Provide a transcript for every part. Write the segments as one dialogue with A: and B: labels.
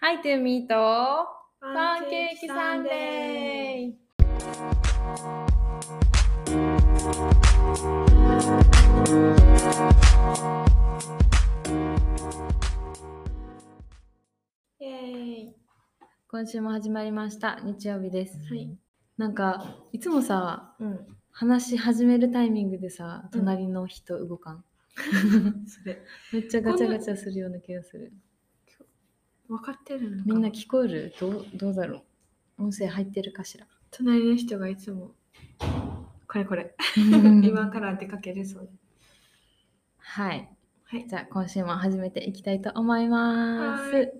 A: はい、トゥーミート
B: パ
A: パンケーキサンデー
B: イエーイ
A: 今週も始まりました日曜日です
B: はい
A: なんかいつもさ
B: うん
A: 話し始めるタイミングでさ
B: うん
A: 隣の人動かん、
B: それ
A: めっちゃガチャガチャするような気がする
B: 分かってるのか
A: みんな聞こえるどうどうだろう音声入ってるか しら
B: 隣の人がいつもこれこれ今から出かけるそうで
A: はい
B: はい
A: じゃあ今週も始めていきたいと思います
B: はーい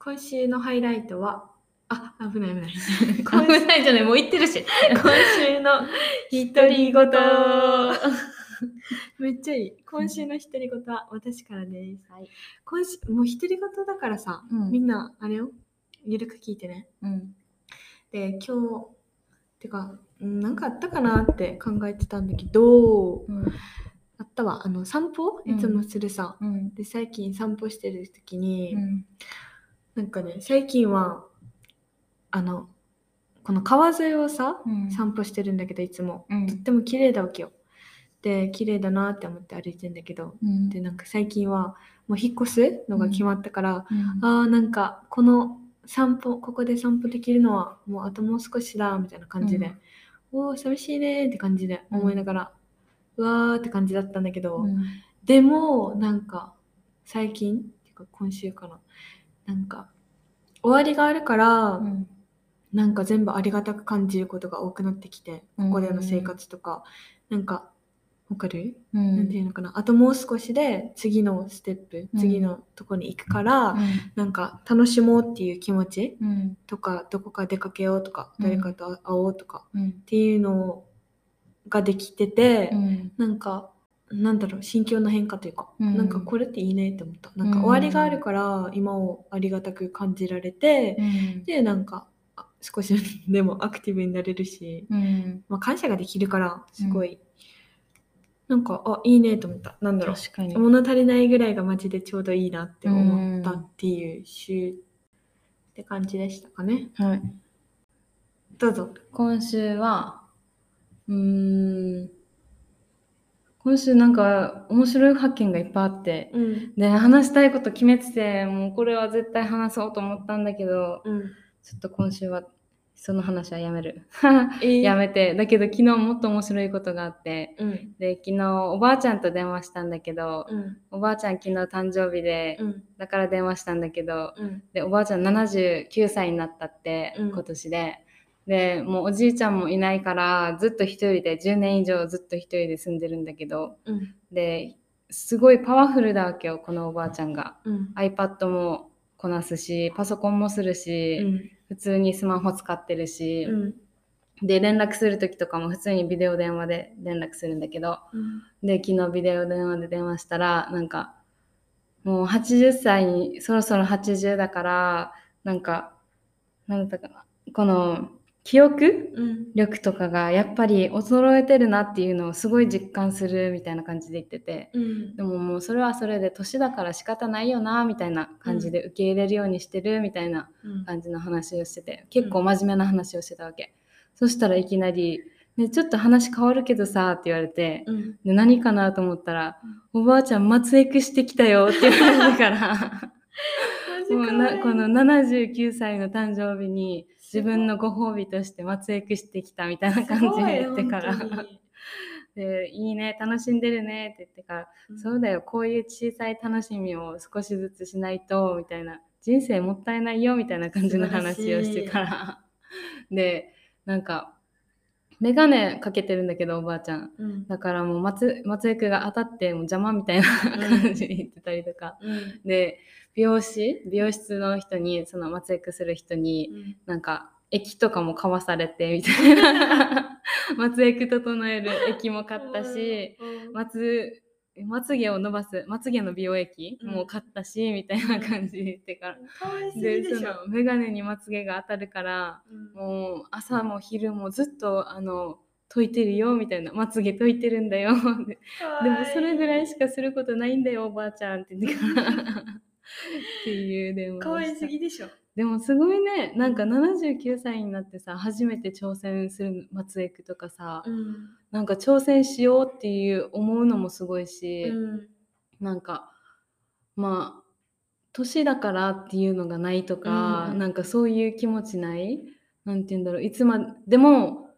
B: 今週のハイライトはあ危ない危 ない今週
A: 危ないじゃないもう行ってるし
B: 今週の独り言めっちゃいい今週の独り言は私からです、
A: はい
B: 今週もう独り言だからさ、
A: うん
B: みんなあれよゆるく聞いてね
A: うん
B: で今日てかうんなんかあったかなって考えてたんだけど
A: うん
B: あったわあの散歩いつもするさ、
A: うん
B: で最近散歩してる時に、
A: うん
B: なんかね最近はあのこの川沿いをさ
A: うん
B: 散歩してるんだけどいつも
A: うん
B: とっても綺麗だわけよで綺麗だなって思って歩いてんだけど
A: うん
B: でなんか最近はもう引っ越すのが決まったから、
A: うん
B: あーなんかこの散歩ここで散歩できるのはもうあともう少しだみたいな感じで、おお寂しいねーって感じで思いながら、うわーって感じだったんだけど、
A: うん
B: でもなんか最近っていうか今週かななんか終わりがあるから、
A: うん
B: なんか全部ありがたく感じることが多くなってきてここでの生活とか、なんかわかる、
A: うん
B: なんていうのかなあともう少しで次のステップ
A: うん
B: 次のとこに行くから、なんか楽しもうっていう気持ち
A: うん
B: とかどこか出かけようとか
A: うん
B: 誰かと会おうとか
A: うん
B: っていうのができてて、
A: うん
B: なんかなんだろう心境の変化というか、
A: うん
B: なんかこれっていいねって思ったなん
A: う
B: か
A: ん
B: 終わりがあるから今をありがたく感じられて、
A: うん
B: でなんかあ少し でもアクティブになれるし、
A: うん
B: まあ、感謝ができるからすごい、なんかあいいねと思ったなんだろう
A: 確かに
B: 物足りないぐらいがマジでちょうどいいなって思ったっていう週って感じでしたかね
A: はい
B: どうぞ
A: 今週はうーん今週なんか面白い発見がいっぱいあって
B: うん
A: で話したいこと決めててもうこれは絶対話そうと思ったんだけど
B: うん
A: ちょっと今週はその話はやめる
B: えー
A: やめてだけど昨日もっと面白いことがあって
B: うん
A: で昨日おばあちゃんと電話したんだけど
B: うん
A: おばあちゃん昨日誕生日で
B: うん
A: だから電話したんだけど
B: うん
A: でおばあちゃん79歳になったって、
B: うん
A: 今年ででもうおじいちゃんもいないからずっと一人で10年以上ずっと一人で住んでるんだけど
B: うん
A: ですごいパワフルだわけよこのおばあちゃんが
B: うん、
A: iPad もこなすしパソコンもするし、
B: うん
A: 普通にスマホ使ってるし、
B: うん
A: で連絡する時とかも普通にビデオ電話で連絡するんだけど
B: うん
A: で昨日ビデオ電話で電話したらなんかもう80歳にそろそろ80だからなんかなんだったかなこの記憶
B: うん
A: 力とかがやっぱり衰えてるなっていうのをすごい実感するみたいな感じで言ってて
B: うん
A: でももうそれはそれで年だから仕方ないよなみたいな感じで受け入れるようにしてるみたいな
B: うん
A: 感じの話をしてて結構真面目な話をしてたわけ、そしたらいきなり、ね「ちょっと話変わるけどさ」って言われて、
B: うん
A: で何かなと思ったら、おばあちゃん松エクしてきたよって言われたからもうなこの79歳の誕生日に自分のご褒美として松エクしてきたみたいな感じで言ってから「でいいね楽しんでるね」って言ってから「そうだよこういう小さい楽しみを少しずつしないと」みたいな「人生もったいないよ」みたいな感じの話をしてからでなんか眼鏡かけてるんだけどおばあちゃん。
B: うん
A: だからもう松松江区が当たってもう邪魔みたいな感じで言ってたりとか、
B: うん
A: で美容師美容室の人にその松江区する人に
B: うん
A: なんか液とかも買わされてみたい な松江区整える液も買ったし
B: うん
A: まつまつげを伸ばすまつげの美容液も買ったし、みたいな感じで言ってから。
B: かわいすぎ
A: で
B: で
A: そ
B: しょ
A: の眼鏡にまつげが当たるから
B: うん
A: もう朝も昼もずっとあの解いてるよみたいなまつげ解いてるんだよで
B: かわい
A: でもそれぐらいしかすることないんだよおばあちゃんって言ってからっていう電話をした
B: 可愛すぎでしょ。
A: でもすごいねなんか79歳になってさ初めて挑戦する松江区とかさ、
B: うん。
A: なんか挑戦しようっていう思うのもすごいし、
B: うん。
A: なんかまあ年だからっていうのがないとか、
B: うん
A: なんかそういう気持ちないなんて言うんだろういつまでも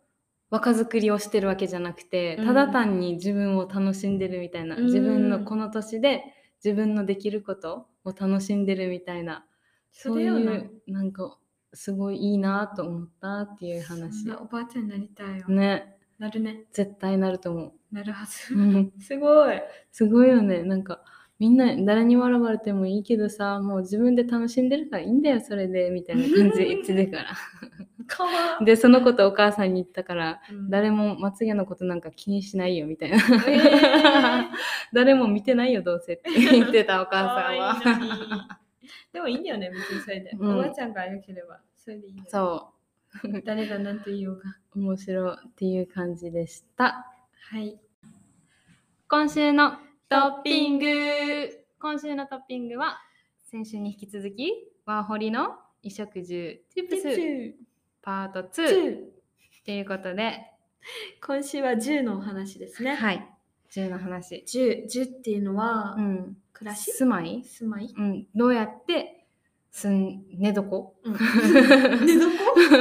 A: 若作りをしてるわけじゃなくて、
B: うん
A: ただ単に自分を楽しんでるみたいな、
B: うん
A: 自分のこの年で自分のできることを楽しんでるみたいな、
B: そ
A: そう
B: れ
A: い
B: よな。
A: うなんかすごいいいなと思ったっていう話
B: そんなおばあちゃんになりたいよ。
A: ね
B: なるね。
A: 絶対なると 思
B: なるはず
A: う。う。ん
B: すごい。
A: すごいよね。なんか、みんな誰に笑われてもいいけどさ、もう自分で楽しんでるからいいんだよ、それで、みたいな感 じで言ってたか
B: かわ
A: ら。。で、そのことお母さんに言ったから、
B: うん
A: 誰もまつげのことなんか気にしないよ、みたいな。
B: えー
A: 誰も見てないよ、どうせ って言ってた、お母さ
B: 可
A: ん
B: 愛い
A: は。
B: のに。でもいいんだよね、別にそれで。
A: うん
B: おばあちゃんが良ければ、それでいいんだよ。
A: そ
B: 誰が何と言おうが。
A: う、面白いっていう感じでした。
B: はい。
A: 今週のトッピング今週のトッピングは、先週に引き続き、ワーホリの衣食住チップスパート2。ということで、
B: 今週は10のお話ですね。
A: はい。銃の話。
B: 10、10っていうのは
A: う、ん。
B: 暮らし
A: 住まい
B: 住まい
A: うん。どうやって住ん、寝床
B: 寝床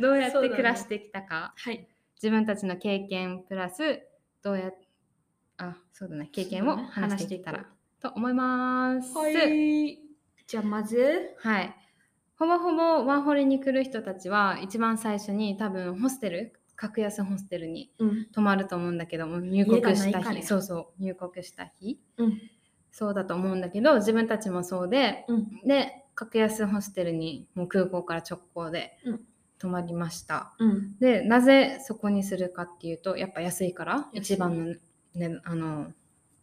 A: どうやっ
B: そう
A: て
B: だね
A: 暮らしてきたか、
B: はい。
A: 自分たちの経験プラス、どうやあ、そうだね。経験を
B: そうだね
A: 話していけたら、と思います。
B: はい。じゃあまず、
A: はい。ほぼほぼワンホリに来る人たちは、一番最初に多分ホステル、格安ホステルに
B: うん。
A: 泊まると思うんだけども入国し
B: 家が
A: た
B: ないから
A: 日そうそう入国した日、
B: うん
A: そうだと思うんだけど自分たちもそうで
B: うん。
A: で格安ホステルにもう空港から直行で
B: うん
A: 泊まりました、
B: うん。
A: でなぜそこにするかっていうとやっぱ安いから
B: 安い
A: 一番の,、ね、あの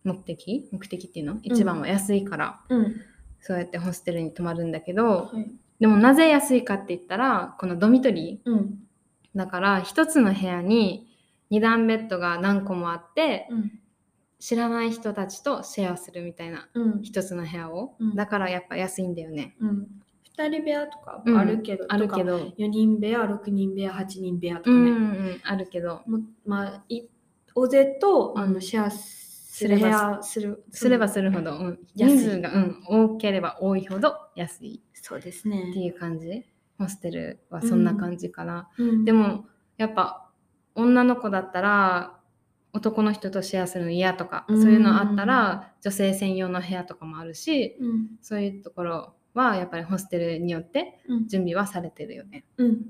A: 目的目的っていうの一番は安いから、
B: うん。
A: そうやってホステルに泊まるんだけど
B: はい。
A: でもなぜ安いかって言ったらこのドミトリー
B: うん。
A: だから一つの部屋に2段ベッドが何個もあって
B: うん。
A: 知らない人たちとシェアするみたいな
B: うん。
A: 一つの部屋を、
B: うん
A: だからやっぱ安いんだよね
B: うん。二人部屋とか
A: うん
B: あるけど、
A: あるけ
B: とか。
A: ど
B: 4人部屋、6人部屋、8人部屋とか
A: うんう
B: ね。
A: んあるけど
B: もまあ、い大勢と、
A: うん
B: あのシェアす
A: すれ
B: る部
A: ば
B: 屋する。
A: すればするほど、うん、
B: 安い
A: 人数が、うん、多ければ多いほど安い
B: そうですね
A: っていう感じホステルはそんな感じかな、
B: うん
A: でもやっぱ女の子だったら男の人とシェアするの嫌とか、
B: うん
A: そういうのあったら女性専用の部屋とかもあるし、
B: うん
A: そういうところはやっぱりホステルによって
B: うん
A: 準備はされてるよね。
B: うん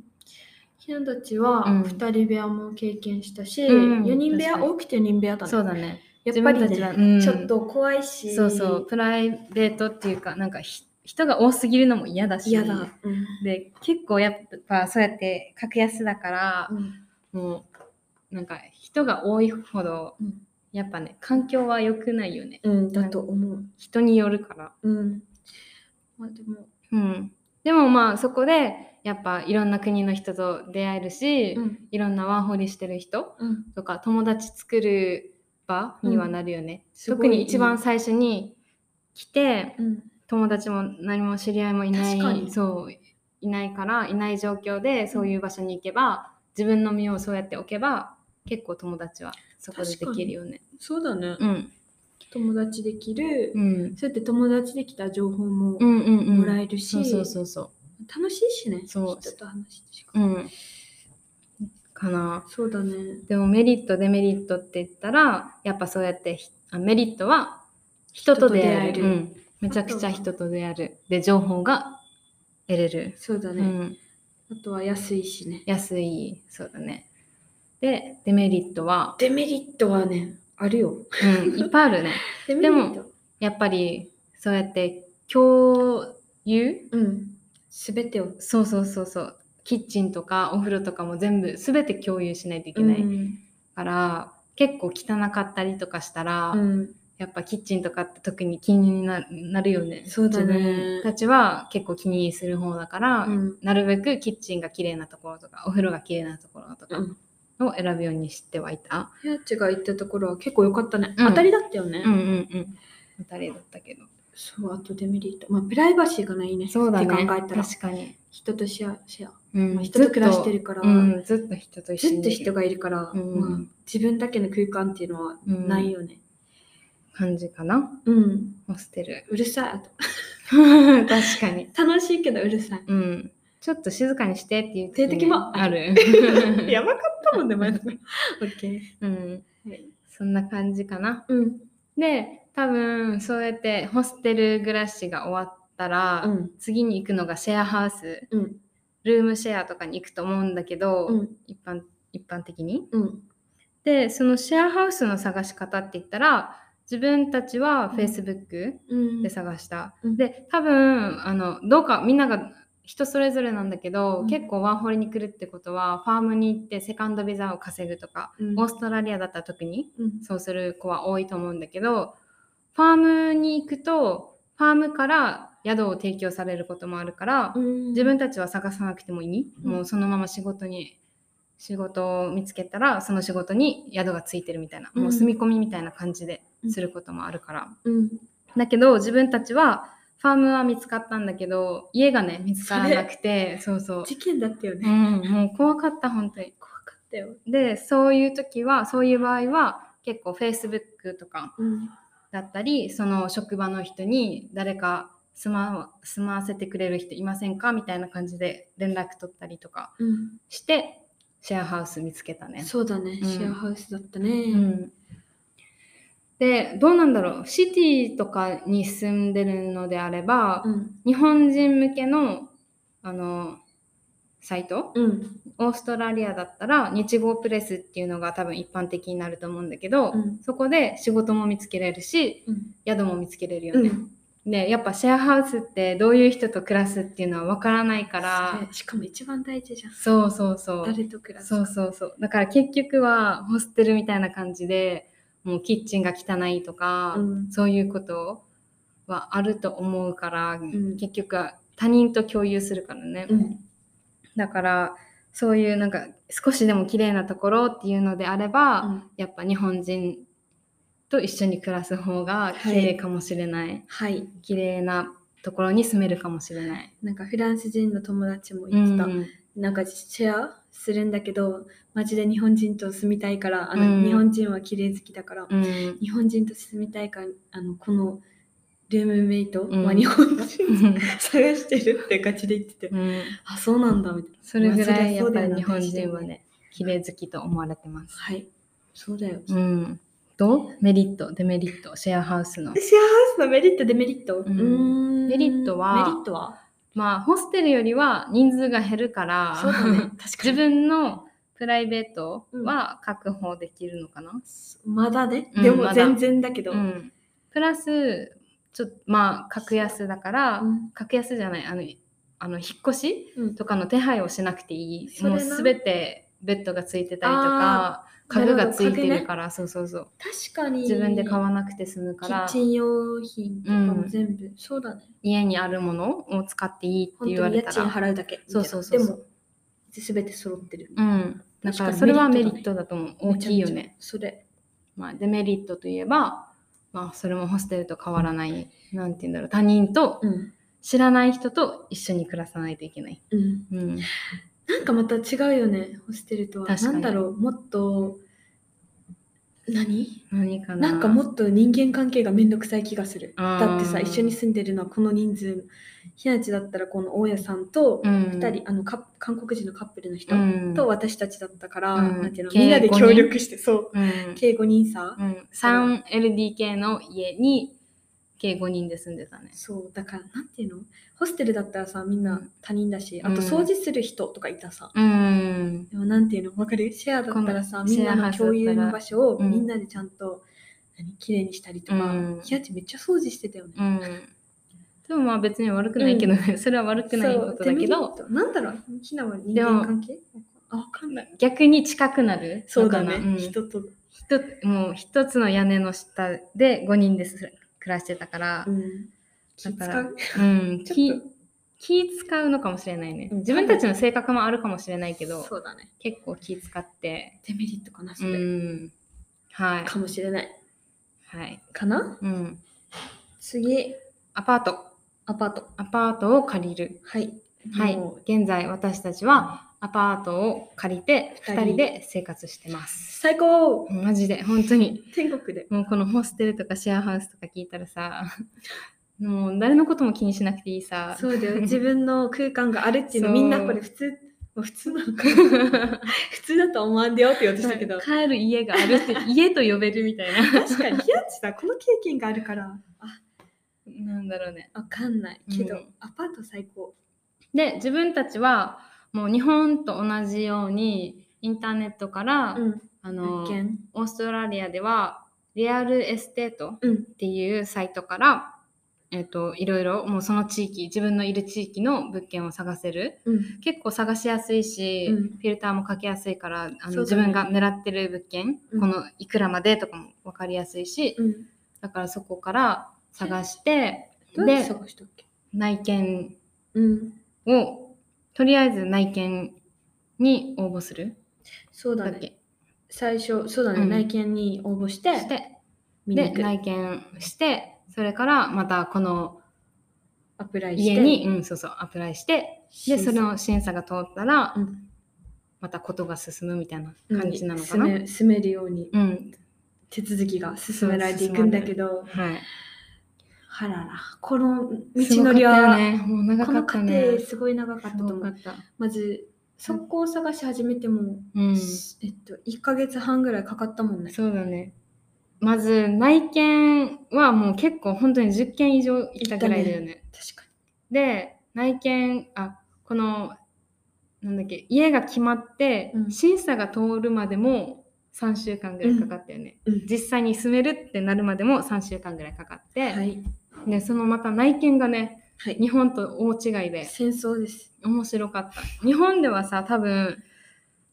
B: ひなたちは
A: うん
B: 2人部屋も経験したし、
A: うん
B: 4人部屋
A: 確かに
B: 多くて4人部屋だった
A: そうだ
B: ね
A: ね。
B: やっぱり、
A: 自
B: ね
A: 分たちはうん
B: ちょっと怖いし
A: そうそう。プライベートっていうか、なんかひ人が多すぎるのも嫌だし。
B: 嫌だ、うん
A: で、結構やっぱそうやって格安だから、
B: うん
A: もうなんか人が多いほど、
B: うん
A: やっぱね、環境は良くないよね。
B: うん、だと思う、
A: 人によるから。
B: うんまあ、でも、
A: うん。でもまあそこで、やっぱいろんな国の人と出会えるし、
B: ん
A: いろんなワンホリしてる人
B: うん、
A: とか友達作る場にはなるよね、
B: うん
A: 特に
B: す
A: 一
B: ごいいい
A: 番最初に来て
B: うん
A: 友達も何も知り合いもいない
B: 確かに
A: そういないからいない状況でそういう場所に行けば、自分の身をそうやっておけば結構友達はそこでできるよね
B: そうだね、
A: うん、
B: 友達できる、
A: うん、
B: そうやって友達できた情報も
A: うんうんうん
B: もらえるし、
A: そうそうそうそ
B: 楽しいしね
A: そう
B: 人と話してしか
A: ううんかな
B: そうだね
A: でもメリットデメリットって言ったらやっぱそうやってひあメリットは人と出会える
B: 人と出会え
A: う
B: る
A: ん、めちゃくちゃ人と出会えるで情報が得れる、
B: そうだ
A: う
B: ね、
A: ん、
B: あとは安いしね。
A: 安いそうだねでデメリットは、
B: デメリットはね、あるよ。
A: うん、いっぱいあるね
B: デメ
A: で
B: リ
A: も
B: ット。
A: やっぱりそうやって共有
B: うん。すべてを。
A: そうそうそうそうキッチンとかお風呂とかも全部全て共有しないといけない、
B: うん。
A: から結構汚かったりとかしたら、
B: うん
A: やっぱキッチンとかって特に気になるなるよね。
B: そうだね
A: 自分たちは結構気にする方だから、
B: うん
A: なるべくキッチンが綺麗なところとか、お風呂が綺麗なところとか
B: うん
A: を選ぶようにしてはいた。
B: ひなっちが行ったところは結構良かったね。
A: うん
B: 当たりだったよね。
A: うんうんうん。二人だったけど。
B: そう、あとデメリット。まあ、プライバシーがないね。
A: そうだね。
B: って考えたら、
A: 確かに。
B: 人とシェア、シェア。
A: うん
B: まあ、人と暮らしてるから、
A: ずっとうん、ずっと人と一緒
B: ずっ
A: に。
B: と人がいるから、
A: うん
B: まあ、自分だけの空間っていうのは
A: うん
B: ないよね。
A: 感じかな。
B: うん、
A: もう捨て る。
B: うるさいあと。
A: 確かに。
B: 楽しいけどうるさい。
A: うん。ちょっと静かにしてっていう
B: 定的も
A: ある。
B: やばかったもんね、前の。 オッケー。
A: うん
B: はい。
A: そんな感じかな。
B: うん。
A: で、多分そうやってホステル暮らしが終わったら、
B: うん。
A: 次に行くのがシェアハウス、
B: うん
A: ルームシェアとかに行くと思うんだけど、
B: うん。
A: 一般一般的に。
B: うん。
A: でそのシェアハウスの探し方って言ったら自分たちは
B: うん
A: Facebook
B: うん。
A: で探した。
B: うん
A: で多分あのどうかみんなが人それぞれなんだけど、
B: うん
A: 結構ワーホリに来るってことはファームに行ってセカンドビザを稼ぐとか、
B: うん、
A: オーストラリアだったら特に
B: うん。
A: そうする子は多いと思うんだけどファームに行くとファームから宿を提供されることもあるから、
B: うん
A: 自分たちは探さなくてもいい、
B: うん
A: もうそのまま仕事に仕事を見つけたらその仕事に宿がついてるみたいな、
B: うん
A: もう住み込みみたいな感じで
B: うん
A: することもあるから、
B: うん。
A: だけど自分たちはファームは見つかったんだけど家がね見つからなくてそうそう、
B: 事件だったよ
A: う
B: ね。
A: ん、もう怖かった本当に
B: 怖かったよ。
A: でそういう時はそういう場合は結構 Facebook とか
B: うん。
A: だったりその職場の人に誰か住ま住まわせてくれる人いませんかみたいな感じで連絡取ったりとか
B: うん。
A: してシェアハウス見つけたね。
B: そうだね、
A: うん
B: シェアハウスだったね。
A: うん、でどうなんだろうシティとかに住んでるのであれば、
B: うん。
A: 日本人向けのあのサイト
B: うん。
A: オーストラリアだったら日豪プレスっていうのが多分一般的になると思うんだけど、
B: うん。
A: そこで仕事も見つけれるし
B: うん。
A: 宿も見つけれるよ
B: う
A: ね。
B: ん。
A: でやっぱシェアハウスってどういう人と暮らすっていうのは分からないから
B: それしかも一番大事じゃん。
A: そうそうそう
B: 誰と暮らすか
A: そうそうそうだから結局はホステルみたいな感じでもうキッチンが汚いとか、
B: うん
A: そういうことはあると思うから、
B: ん
A: 結局は他人と共有するからね、
B: うん
A: だからそういうなんか少しでも綺麗なところっていうのであれば、
B: うん
A: やっぱ日本人と一緒に暮らす方が綺麗かもしれない
B: はい。
A: 綺麗なところに住めるかもしれない。
B: なんかフランス人の友達も言ってた。
A: うん
B: なんかシェアするんだけど、マジで日本人と住みたいから、あ
A: うん
B: の日本人は綺麗好きだから、
A: うん
B: 日本人と住みたいから、あのこのルームメイト
A: うん
B: は日本人探してるってガチで 言ってて、
A: うん
B: あ、そうなんだみたいな。
A: それぐら
B: まあそ
A: い
B: りゃ
A: や
B: そ
A: っ
B: うだ
A: ぱり
B: よな
A: 日本人はね綺麗好きと思われてます。
B: はい。そうだよ。シ
A: う
B: ェ
A: ん、とメリットデメリットシェアハウスの
B: アハウスのメリット、デメリット、
A: うん
B: うーん
A: メリットは
B: メリットは
A: まあホステルよりは人数が減るから
B: そ うだね。確かに。
A: 自分のプライベートは確保できるのかな、
B: まだね。
A: うん
B: で
A: ま
B: も
A: だ
B: 全然だけど。
A: うん、プラスちょっとまあ格安だから、
B: うん
A: 格安じゃないあのあの引っ越し
B: うん
A: とかの手配をしなくていい
B: それ
A: もう
B: な
A: 全てベッドがついてたりとか家具がついてるから、そうそうそう
B: 確かに。
A: 自分で買わなくて済むか
B: キ
A: ら
B: ッチン用品とかも全部、そうだね。
A: 家にあるものを使っていいって
B: 本
A: 言
B: 当
A: わ
B: に
A: れ
B: 家
A: た
B: 賃
A: ら
B: 払うだけみたいな。
A: そうそうそう
B: で
A: そう
B: も、すべて揃ってる。
A: うんだからそれはメリットだと思う大きいよね。
B: それ。
A: まあ、デメリットといえば、まあ、それもホステルと変わらないなんて言うんだろう他人と
B: うん。
A: 知らない人と一緒に暮らさないといけない、
B: うん。
A: うん、
B: なんかまた違うよね、ホステルとは。
A: 確か
B: な
A: に
B: んだろう、もっと、何
A: 何かな
B: なんかもっと人間関係がめんどくさい気がする。
A: あー
B: だってさ、一緒に住んでるのはこの人数。ひなちだったらこの大家さんと、
A: 2
B: 2人、あのか韓国人のカップルの人
A: うん
B: と私たちだったから、
A: うん
B: なんていうの
A: 計
B: みんなで
A: 五人
B: 協力して、そう、
A: うん
B: 計5人さ。
A: うん、3LDK の家に計5人で住んでたね
B: そうだからなんていうのホステルだったらさみん
A: う
B: なん他人だし、
A: うん
B: あと掃除する人とかいたさ
A: うん
B: でもなんていうのわかるシェアだったらさ
A: 今度
B: みんなの
A: シェアハウスだったら
B: 共有の場所を
A: うん
B: みんなでちゃんと、何きれいにしたりとか、
A: うん
B: ひやちめっちゃ掃除してたよね、
A: うんでもまあ別に悪くないけどね、それは悪くないことだけ
B: そ
A: ど
B: うデメリットなんだろうひなは人
A: でも
B: 間関係あわかんない
A: 逆に近くなる
B: そ
A: の
B: う
A: か
B: だ
A: な
B: ね、
A: ん
B: 人と、
A: ひともう一つの屋根の下で5人です暮らしてたから、
B: ん、気
A: だ
B: 使
A: からう
B: う
A: ん、
B: ちょっと
A: 気気使うのかもしれないね、
B: うん
A: 自分たちの性格もあるかもしれないけど
B: そうだね
A: 結構気使って
B: デメリットかなそうれ、
A: んはい
B: かもしれない
A: はい
B: かな
A: うん
B: 次
A: アパート
B: アパート。
A: アパートを借りる
B: はい。
A: はい
B: もう
A: 現在私たちはアパートを借りて
B: 二
A: 2
B: 人
A: 人で生活してます
B: 最高
A: マジで本当に
B: 天国で。
A: もうこのホステルとかシェアハウスとか聞いたらさもう誰のことも気にしなくていいさ
B: そう だよ。自分の空間があるっていうの、
A: そう
B: みんなこれ普通、もう普通なのかな 普通だと思わんでよって言おうとしたけど。
A: 帰る家がある って家と呼べるみたいな
B: 確かに、ひやっちさん、この経験があるから、
A: なんだろうね。
B: あ、わかんないけど、
A: うん
B: アパート最高。
A: で自分たちはもう日本と同じようにインターネットから、
B: うん。
A: あ
B: 物
A: の
B: 件。
A: オーストラリアではリアルエステートっ
B: うん。
A: ていうサイトから、えっといろいろもうその地域自分のいる地域の物件を探せる
B: うん。
A: 結構探しやすいし、
B: うん
A: フィルターもかけやすいからあの、
B: そう
A: 自
B: だね
A: 分が狙ってる物件、
B: うん
A: このいくらまでとかも分かりやすいし、
B: うん。
A: だからそこから探して
B: どうやって
A: で
B: 探したっけ
A: 内見
B: うん。
A: をとりあえず内見に応募する
B: そう
A: だ
B: だ
A: っ
B: ね。
A: け
B: 最初、そうだね。
A: うん
B: 内見に応募して、
A: して
B: 見に
A: で
B: 行く。
A: 内見してそれからまたこの
B: アプライして。
A: 家に、うん、そうそうアプライしてで
B: 審査
A: その審査が通ったら、
B: うん
A: またことが進むみたいな
B: うん
A: 感じなのかな。う
B: 住
A: ん
B: め住めるように手続きが進められていくんだけど、
A: はい、
B: はらら、この道のり
A: すごかっ
B: は、
A: たよね、もう長
B: こ
A: か
B: の
A: っ
B: 過
A: たね。
B: 程すごい長かったと思
A: すごか
B: う。
A: った
B: まず、速攻探し始めても、
A: うん、
B: えっと、1ヶ月半ぐらいかかったもんね。
A: そうだね。まず内見はもう結構本当に10件以上行ったぐらいだよね。
B: 確か
A: で内見あこのなんだっけ家が決まって、
B: うん
A: 審査が通るまでも3週間ぐらいかかったよね、
B: うんうん
A: 実際に住めるってなるまでも3週間ぐらいかかって、
B: に。はい。
A: でそのまた内見がね
B: はい。
A: 日本と大違いで
B: 戦争です。
A: 面白かった日本ではさ多分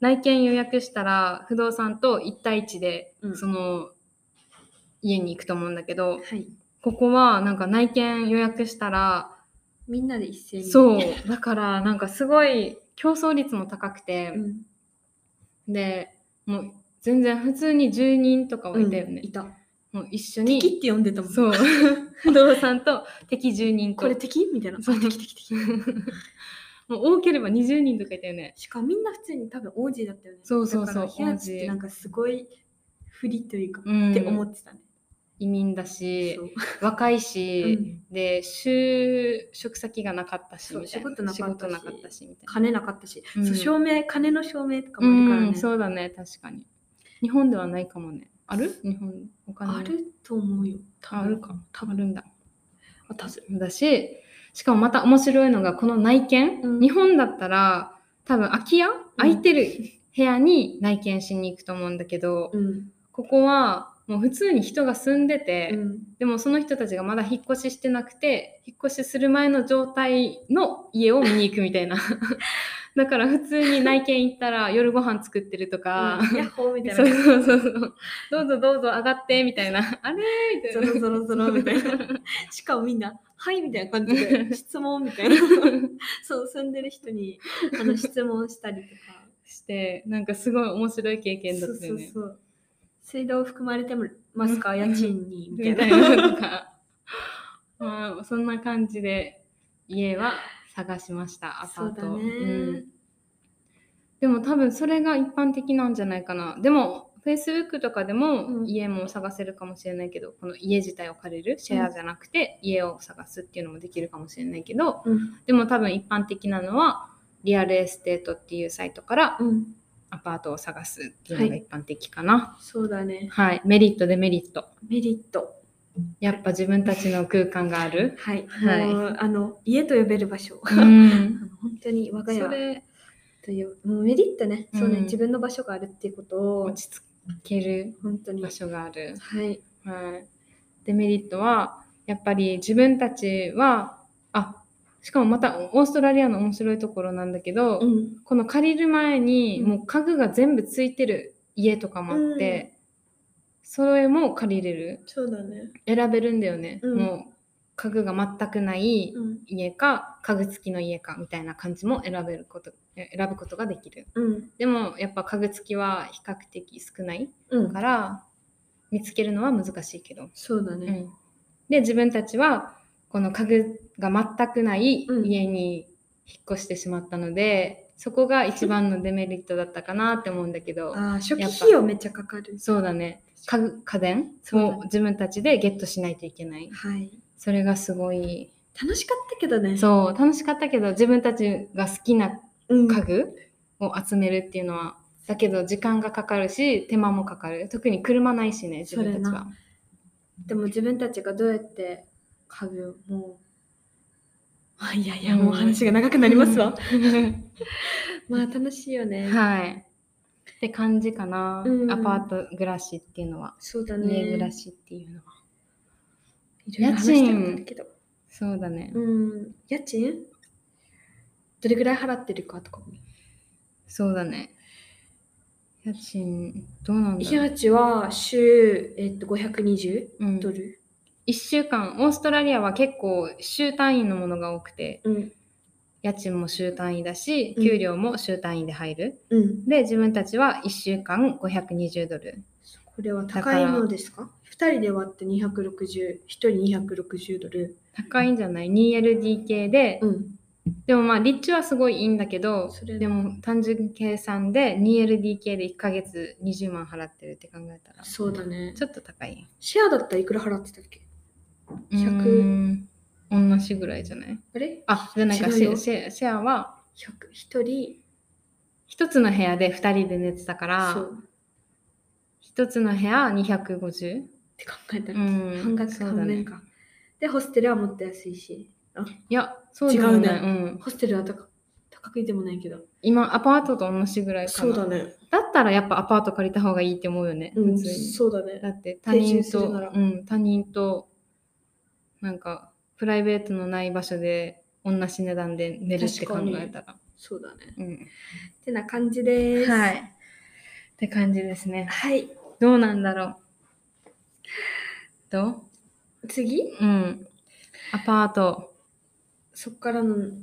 A: 内見予約したら不動産と1対1で、
B: うん
A: その家に行くと思うんだけど
B: はい。
A: ここはなんか内見予約したら
B: みんなで一斉に。
A: そうだからなんかすごい競争率も高くて
B: う、ん。
A: でもう全然普通に住人とかはいたよね
B: うん、いた。
A: もう一緒
B: 敵
A: に
B: って呼んでたもん。
A: そう 不動産と敵住人と
B: これ敵みたいな。
A: そう
B: あ敵敵敵。
A: もう多ければ20人とかいたよね
B: しかもみんな普通に多分王子だったよね。
A: そうそうそう
B: だからヒヤ
A: 王
B: チ
A: 子
B: ってなんかすごい不利というか、
A: うん
B: って思ってたね。
A: 移民だし
B: そう
A: 若いうし、
B: ん
A: で就職先がなかったし
B: そう
A: みたいな
B: 仕事な
A: 仕事なか
B: かったし
A: ったしみたいな
B: 金なかったし、
A: うん
B: そう証明、金の証明とかもあるからね。
A: うんそうだね確かに日本ではないかもねある日本お金
B: あると思うよ。多
A: あ
B: 分
A: あるか
B: 多
A: あ
B: 分
A: るんだ
B: あったはず。
A: だし、しかもまた面白いのが、この内見、
B: うん
A: 日本だったら、多分空き家、空いてる部屋に内見しに行くと思うんだけど、
B: うん。
A: ここはもう普通に人が住んでて、
B: うん
A: でもその人たちがまだ引っ越ししてなくて、引っ越しする前の状態の家を見に行くみたいな。 だから普通に内見行ったら 夜ご飯作ってるとか、
B: ヤッホーみたい
A: そう
B: な。
A: そうそうそう。どうぞどうぞ上がってみたいな。あれみた
B: ゾ
A: いな
B: ロ。ゾロゾロみたい な。しかもみんな、はいみたいな感じで、質問みた いな。そう、住んでる人にあの質問したりとか。
A: して、なんかすごい面白い経験だ
B: そ
A: っ
B: う
A: た
B: そ
A: よ
B: う
A: ね。
B: そう。水道含まれてますか
A: う
B: 家
A: ん
B: 賃にみ
A: み
B: た
A: た
B: い
A: い
B: な。
A: なのとか、 まあ、そんな感じで家は探しましたアパート
B: そうだね
A: ん、でも多分それが一般的なんじゃないかなでも Facebook とかで
B: う
A: も
B: ん
A: 家も探せるかもしれないけど、この家自体を借りるシェアじゃなくて家を探すっていうのもできるかもしれないけど
B: うん。
A: でも多分一般的なのはリアルエステートっていうサイトから
B: うん。
A: アパートを探すっていうのが一般的かな、
B: そうだね。
A: はい、メリットデメリット
B: メリット。
A: やっぱ自分たちの空間がある
B: はい。
A: はい
B: もうあの、家と呼べる場所。
A: うん
B: あの本当に我が家
A: それ
B: という、もうメリットね。そうね、
A: うん
B: 自分の場所があるっていうことを、
A: 落ち着ける
B: 本当に。
A: 場
B: はい。
A: 所がある。
B: はい。
A: はい、デメリットはやっぱり自分たちはあしかもまたオーストラリアの面白いところなんだけど、
B: うん。
A: この借りる前に
B: うん
A: もう家具が全部ついてる家とかもあって、それも借りれる
B: そうだね。
A: 選べるんだよね、
B: うん
A: もう家具が全くない
B: うん。
A: 家か家具付きの家かみたいな感じも選べることえ選ぶことができる
B: うん。
A: でもやっぱ家具付きは比較的少ない
B: うん
A: か。ら見つけるのは難しいけど、
B: そうだ
A: う
B: ね。
A: ん、で自分たちはこの家具が全くない
B: うん
A: 家に引っ越してしまったので、そこが一番のデメリットだったかなって思うんだけど、
B: ああ、初期
A: やっぱ
B: 費用めっちゃかかる。
A: そうだね家具家電
B: そうだ
A: を自分たちでゲットしないといけない
B: はい。
A: それがすごい
B: 楽しかったけどね。
A: そう楽しかったけど自分たちが好きな
B: うん。
A: 家具を集めるっていうのはだけど時間がかかるし手間もかかる特に車ないしね自分たちは
B: でも自分たちがどうやって家具をもう。あいやいや、
A: うん
B: もう話が長くなります わ。まあ楽しいよね。
A: はいって感じかな、
B: うん
A: アパート暮らしっていうのは
B: そうだね。
A: 家暮らしっていうのは
B: いろいろ話したことあるけど。
A: そうだね、
B: うん。家賃どれぐらい払ってるかとかも。
A: そうだね家賃どうなんだろう
B: 家賃は週、えっと、520
A: うん
B: ドル。
A: 1週間オーストラリアは結構週単位のものが多くて
B: うん。
A: 家賃も週単位だし
B: うん
A: 給料も週単位で入る、
B: うん。
A: で自分たちは1週間520ドル
B: これは高いのですか ?2 人で割って260、1人260ドル。
A: 高いんじゃない 2LDK で、
B: うん。
A: でもまあ立地はすごいいいんだけど
B: それ
A: でも単純計算で 2LDK で1ヶ月20万払ってるって考えたら
B: そうだね。
A: ちょっと高い
B: シェアだったらいくら払ってたっけ100
A: うーん同じぐらいじゃない
B: あれ
A: あじゃないか
B: 違
A: シ
B: うよ
A: ェシェシェアは
B: ?100、1人、
A: 一つの部屋で2人で寝てたから
B: そう。っ
A: 一つの部屋250
B: て考えたら、
A: うん
B: 半額
A: そう
B: 半
A: だね
B: 分か、で、ホステルはもっと安いし、
A: いやそうでもない
B: 違うね
A: ん、
B: ホステルは高高くでもないけど。
A: 今アパートと同じぐらいかな
B: ね。
A: だったらやっぱアパート借りた方がいいって思うよね、
B: うん、
A: 普通に
B: そうだね
A: だ。って他人
B: 定住す
A: と、
B: るなら
A: うん、他人となんかプライベートのない場所で同じ値段で寝るって考えたら、
B: そうだね。
A: うん、
B: ってな感じです。
A: はいって感じですね
B: はい。
A: どうなんだろうどう
B: 次
A: うんアパート
B: そこからの流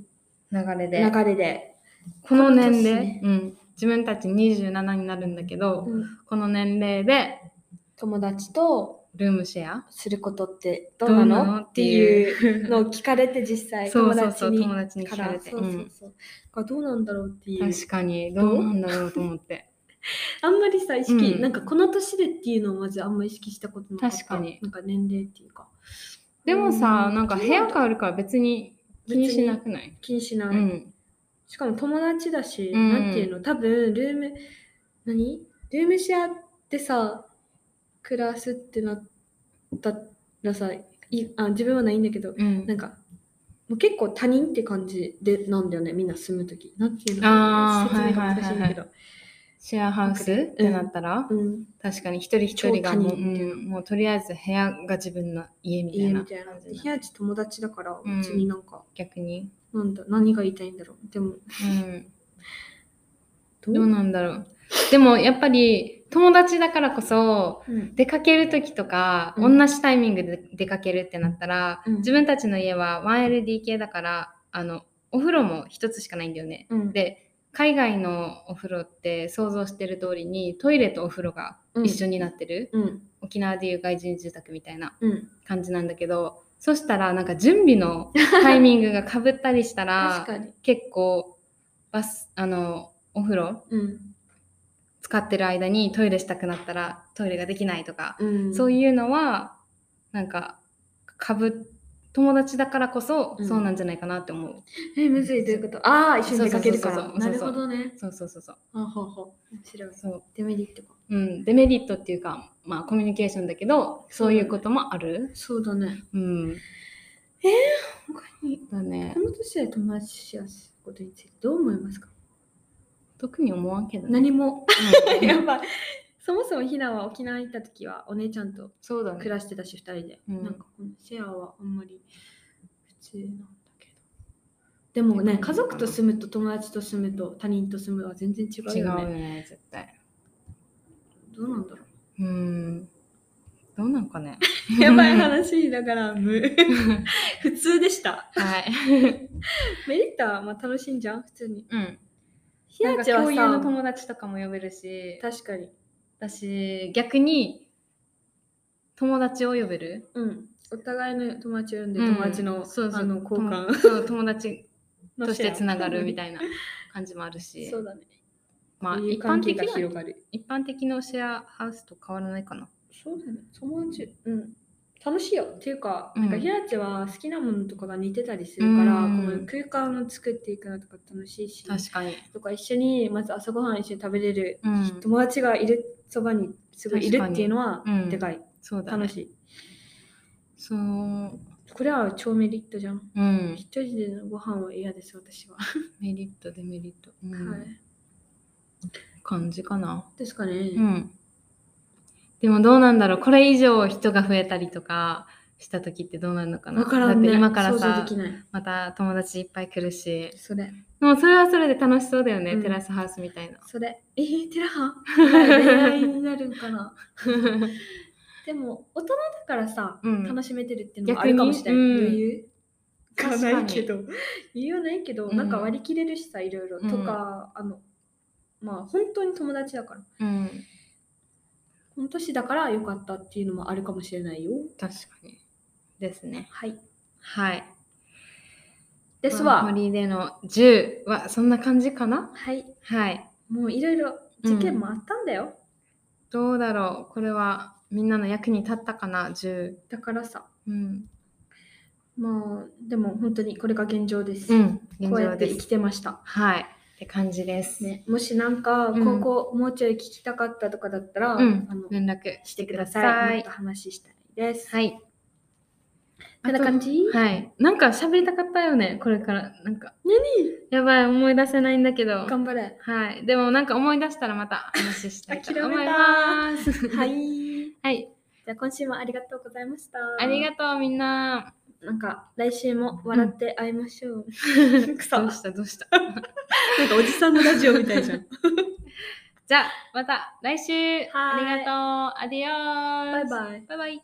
A: 流れで
B: れで。
A: この年齢、
B: ね
A: うん、自分たち27になるんだけど、
B: うん
A: この年齢で
B: 友達と
A: ルームシェア
B: することってどうなの
A: どうなの
B: っていうのを聞かれて実際
A: そ
B: 友
A: うそう
B: 達
A: そう
B: に
A: 友達に聞かれて
B: そうそうそう、がどうなんだろうっていう
A: 確かにどうなんだろうと思って
B: あんまりさ意識、
A: うん
B: なんかこの年でっていうのをまずあんま意識したことなかった
A: 確かに
B: なんか年齢っていうか
A: でもさ
B: う、ん
A: なんか部屋変わるから別に気にしなくない
B: 気にしない、
A: うん。
B: しかも友達だし、
A: うん
B: なんていうの多分ルーム何ルームシェアってさ暮らすってなったらさいあ自分はないんだけど
A: うん
B: なんか、もう結構他人って感じでなんだよね、みんな住むとき。なんていうの
A: あー
B: 説明が難しいんだけど。
A: シェアハウスってなったら、
B: うん。
A: 確かに一人一人がもう,、
B: 超他人っていう
A: うんもうとりあえず部屋が自分の家みた
B: 家
A: い
B: み
A: な
B: たいな。
A: 感
B: で
A: じ
B: 部
A: な
B: 屋ち友達だから、
A: うん
B: 別になんか、
A: 逆に、
B: なんだ、何が言いたいんだろう。でも、
A: うん、
B: ど
A: どうなんだろうでもやっぱり友達だからこそ
B: うん
A: 出かける時とか、
B: うん
A: 同じタイミングで出かけるってなったら、
B: うん
A: 自分たちの家は 1LDK だからあのお風呂も一つしかないんだよね、
B: うん
A: で海外のお風呂って想像してる通りにトイレとお風呂が
B: うん
A: 一緒になってる、
B: うん。
A: 沖縄でいう外人住宅みたいな
B: うん。
A: 感じなんだけどそしたらなんか準備 のタイミングがかぶったりしたら
B: 確かに。
A: 結構バスあのお風呂
B: うん。
A: 使ってる間にトイレしたくなったらトイレができないとか、
B: うん。
A: そう
B: う
A: いうのはなんかかぶ友達だからこそ
B: うん
A: そうなんじゃないかなって思う、
B: え、むずいということ。ああ、一緒に出かけるか
A: そう
B: ら
A: そ。うそう
B: な
A: そう
B: る
A: そう
B: ほどね。
A: そうそうそうそう
B: あほうほう。面白い。
A: そう
B: デメリットか。
A: うん、デメリットっていうか、まあ、コミュニケーションだけどそういうこともある。
B: そうだね。
A: うん、
B: 他に、
A: だね
B: この年で友達しやすいことについてどう思いますか
A: 特に思わんけど、ね、
B: 何も。
A: うん
B: やばい。そもそもひなは沖縄行った時はお姉ちゃんと
A: そうだ
B: 暮
A: ね。
B: らしてたし、2人で。
A: うん
B: なんかこのシェアはあんまり普通なんだけど。でもね、家族と住むと友達と住むと他人と住むは全然違う
A: 違う
B: よ
A: よ
B: ね。
A: ね絶対。
B: どうなんだろ
A: うんどうなんか ね。
B: う。やばい話だから、無普通でした。
A: はい。
B: メリットはまあ楽しいんじゃん、普通に。
A: うん。
B: ひ
A: なん
B: な
A: か
B: ちゃん
A: 共
B: は
A: 有の
B: さ、
A: 友達とかも呼べるし、
B: 確かに。
A: 私逆に友達を呼べる
B: うん。お互いの友達を呼んで、
A: うん
B: 友達の、
A: そうそう
B: あの交
A: 友
B: 換
A: そう友達
B: の
A: としてつながるみ
B: た
A: たいな感じもあるし
B: そうだね。
A: まあ
B: そういう
A: 一
B: 関
A: 般
B: 係
A: 的
B: が
A: な
B: 広がる。
A: 一般的なシェアハウスと変わらないかな
B: そうだね。友達、うん。楽しいよ。っていうか、
A: うん
B: なんかひらちは好きなものとかが似てたりするから、
A: うん
B: この空間を作っていくのとか楽しいし、
A: 確かに
B: とか一緒にまず朝ごはん一緒に食べれる、
A: うん
B: 友達がいるそばにすごいい
A: 確
B: る
A: かに
B: っていうのは
A: うん
B: でかい。
A: そうだね
B: 楽しい。
A: そううん
B: これは超メリットじゃん。一人でのご飯は嫌です、私は。
A: メリットデメリット、うん
B: はい。
A: 感じかな
B: ですかね。
A: うんでもどうなんだろうこれ以上人が増えたりとかした時ってどうなるのかな
B: わからん
A: だっ
B: ね。
A: て今から
B: 想像
A: さ
B: できない。
A: また友達いっぱい来るし
B: それ。
A: でもそれはそれで楽しそうだよね、
B: うん
A: テラスハウスみたいな
B: それ。えー、テラハン恋愛になるん かな。でも、大人だからさ、
A: うん
B: 楽しめてるっていうのもあるかもしれない。
A: 逆にうん
B: 余裕が
A: 確か
B: な
A: に
B: いけど、余裕はないけど、
A: うん
B: なんか割り切れるしさ、いろいろ。
A: うん
B: とか、あの、まあ、本当に友達だから。
A: うん
B: この年だから良かったっていうのもあるかもしれないよ。
A: 確かにですね
B: はい。
A: はい
B: です
A: まあ
B: わ
A: ホ。リデーの10はそんな感じかな
B: はい。
A: はい
B: もういろいろ事件もあったんだよ。
A: どうだろうこれはみんなの役に立ったかな10
B: だからさ、
A: うん、
B: まあ、でも本当にこれが現状です。
A: うん、現
B: こうや
A: 状
B: って
A: で
B: 生
A: す
B: きてました。
A: はいって感じです、
B: ね、もしなんか、
A: うん
B: ここもうちょい聞きたかったとかだったら、
A: うん
B: あの
A: 連絡
B: してください。もっ
A: く
B: と話したいです。
A: はい
B: てな感じ
A: あとはいなんか喋りたかったよねこれからなんか
B: 何
A: やばい思い出せないんだけど
B: 頑張れ。
A: はいでもなんか思い出したらまた話した いと思います
B: はい。
A: はい
B: じゃあ今週もありがとうございました。
A: ありがとうみん な
B: なんか来週も笑って会いましょ う。
A: どう
B: か
A: したどうした
B: おじさんのラジオみたいじゃん。
A: じゃあまた来週
B: は
A: あ
B: い
A: りがとうアディオー
B: バイバイ。
A: バイバイ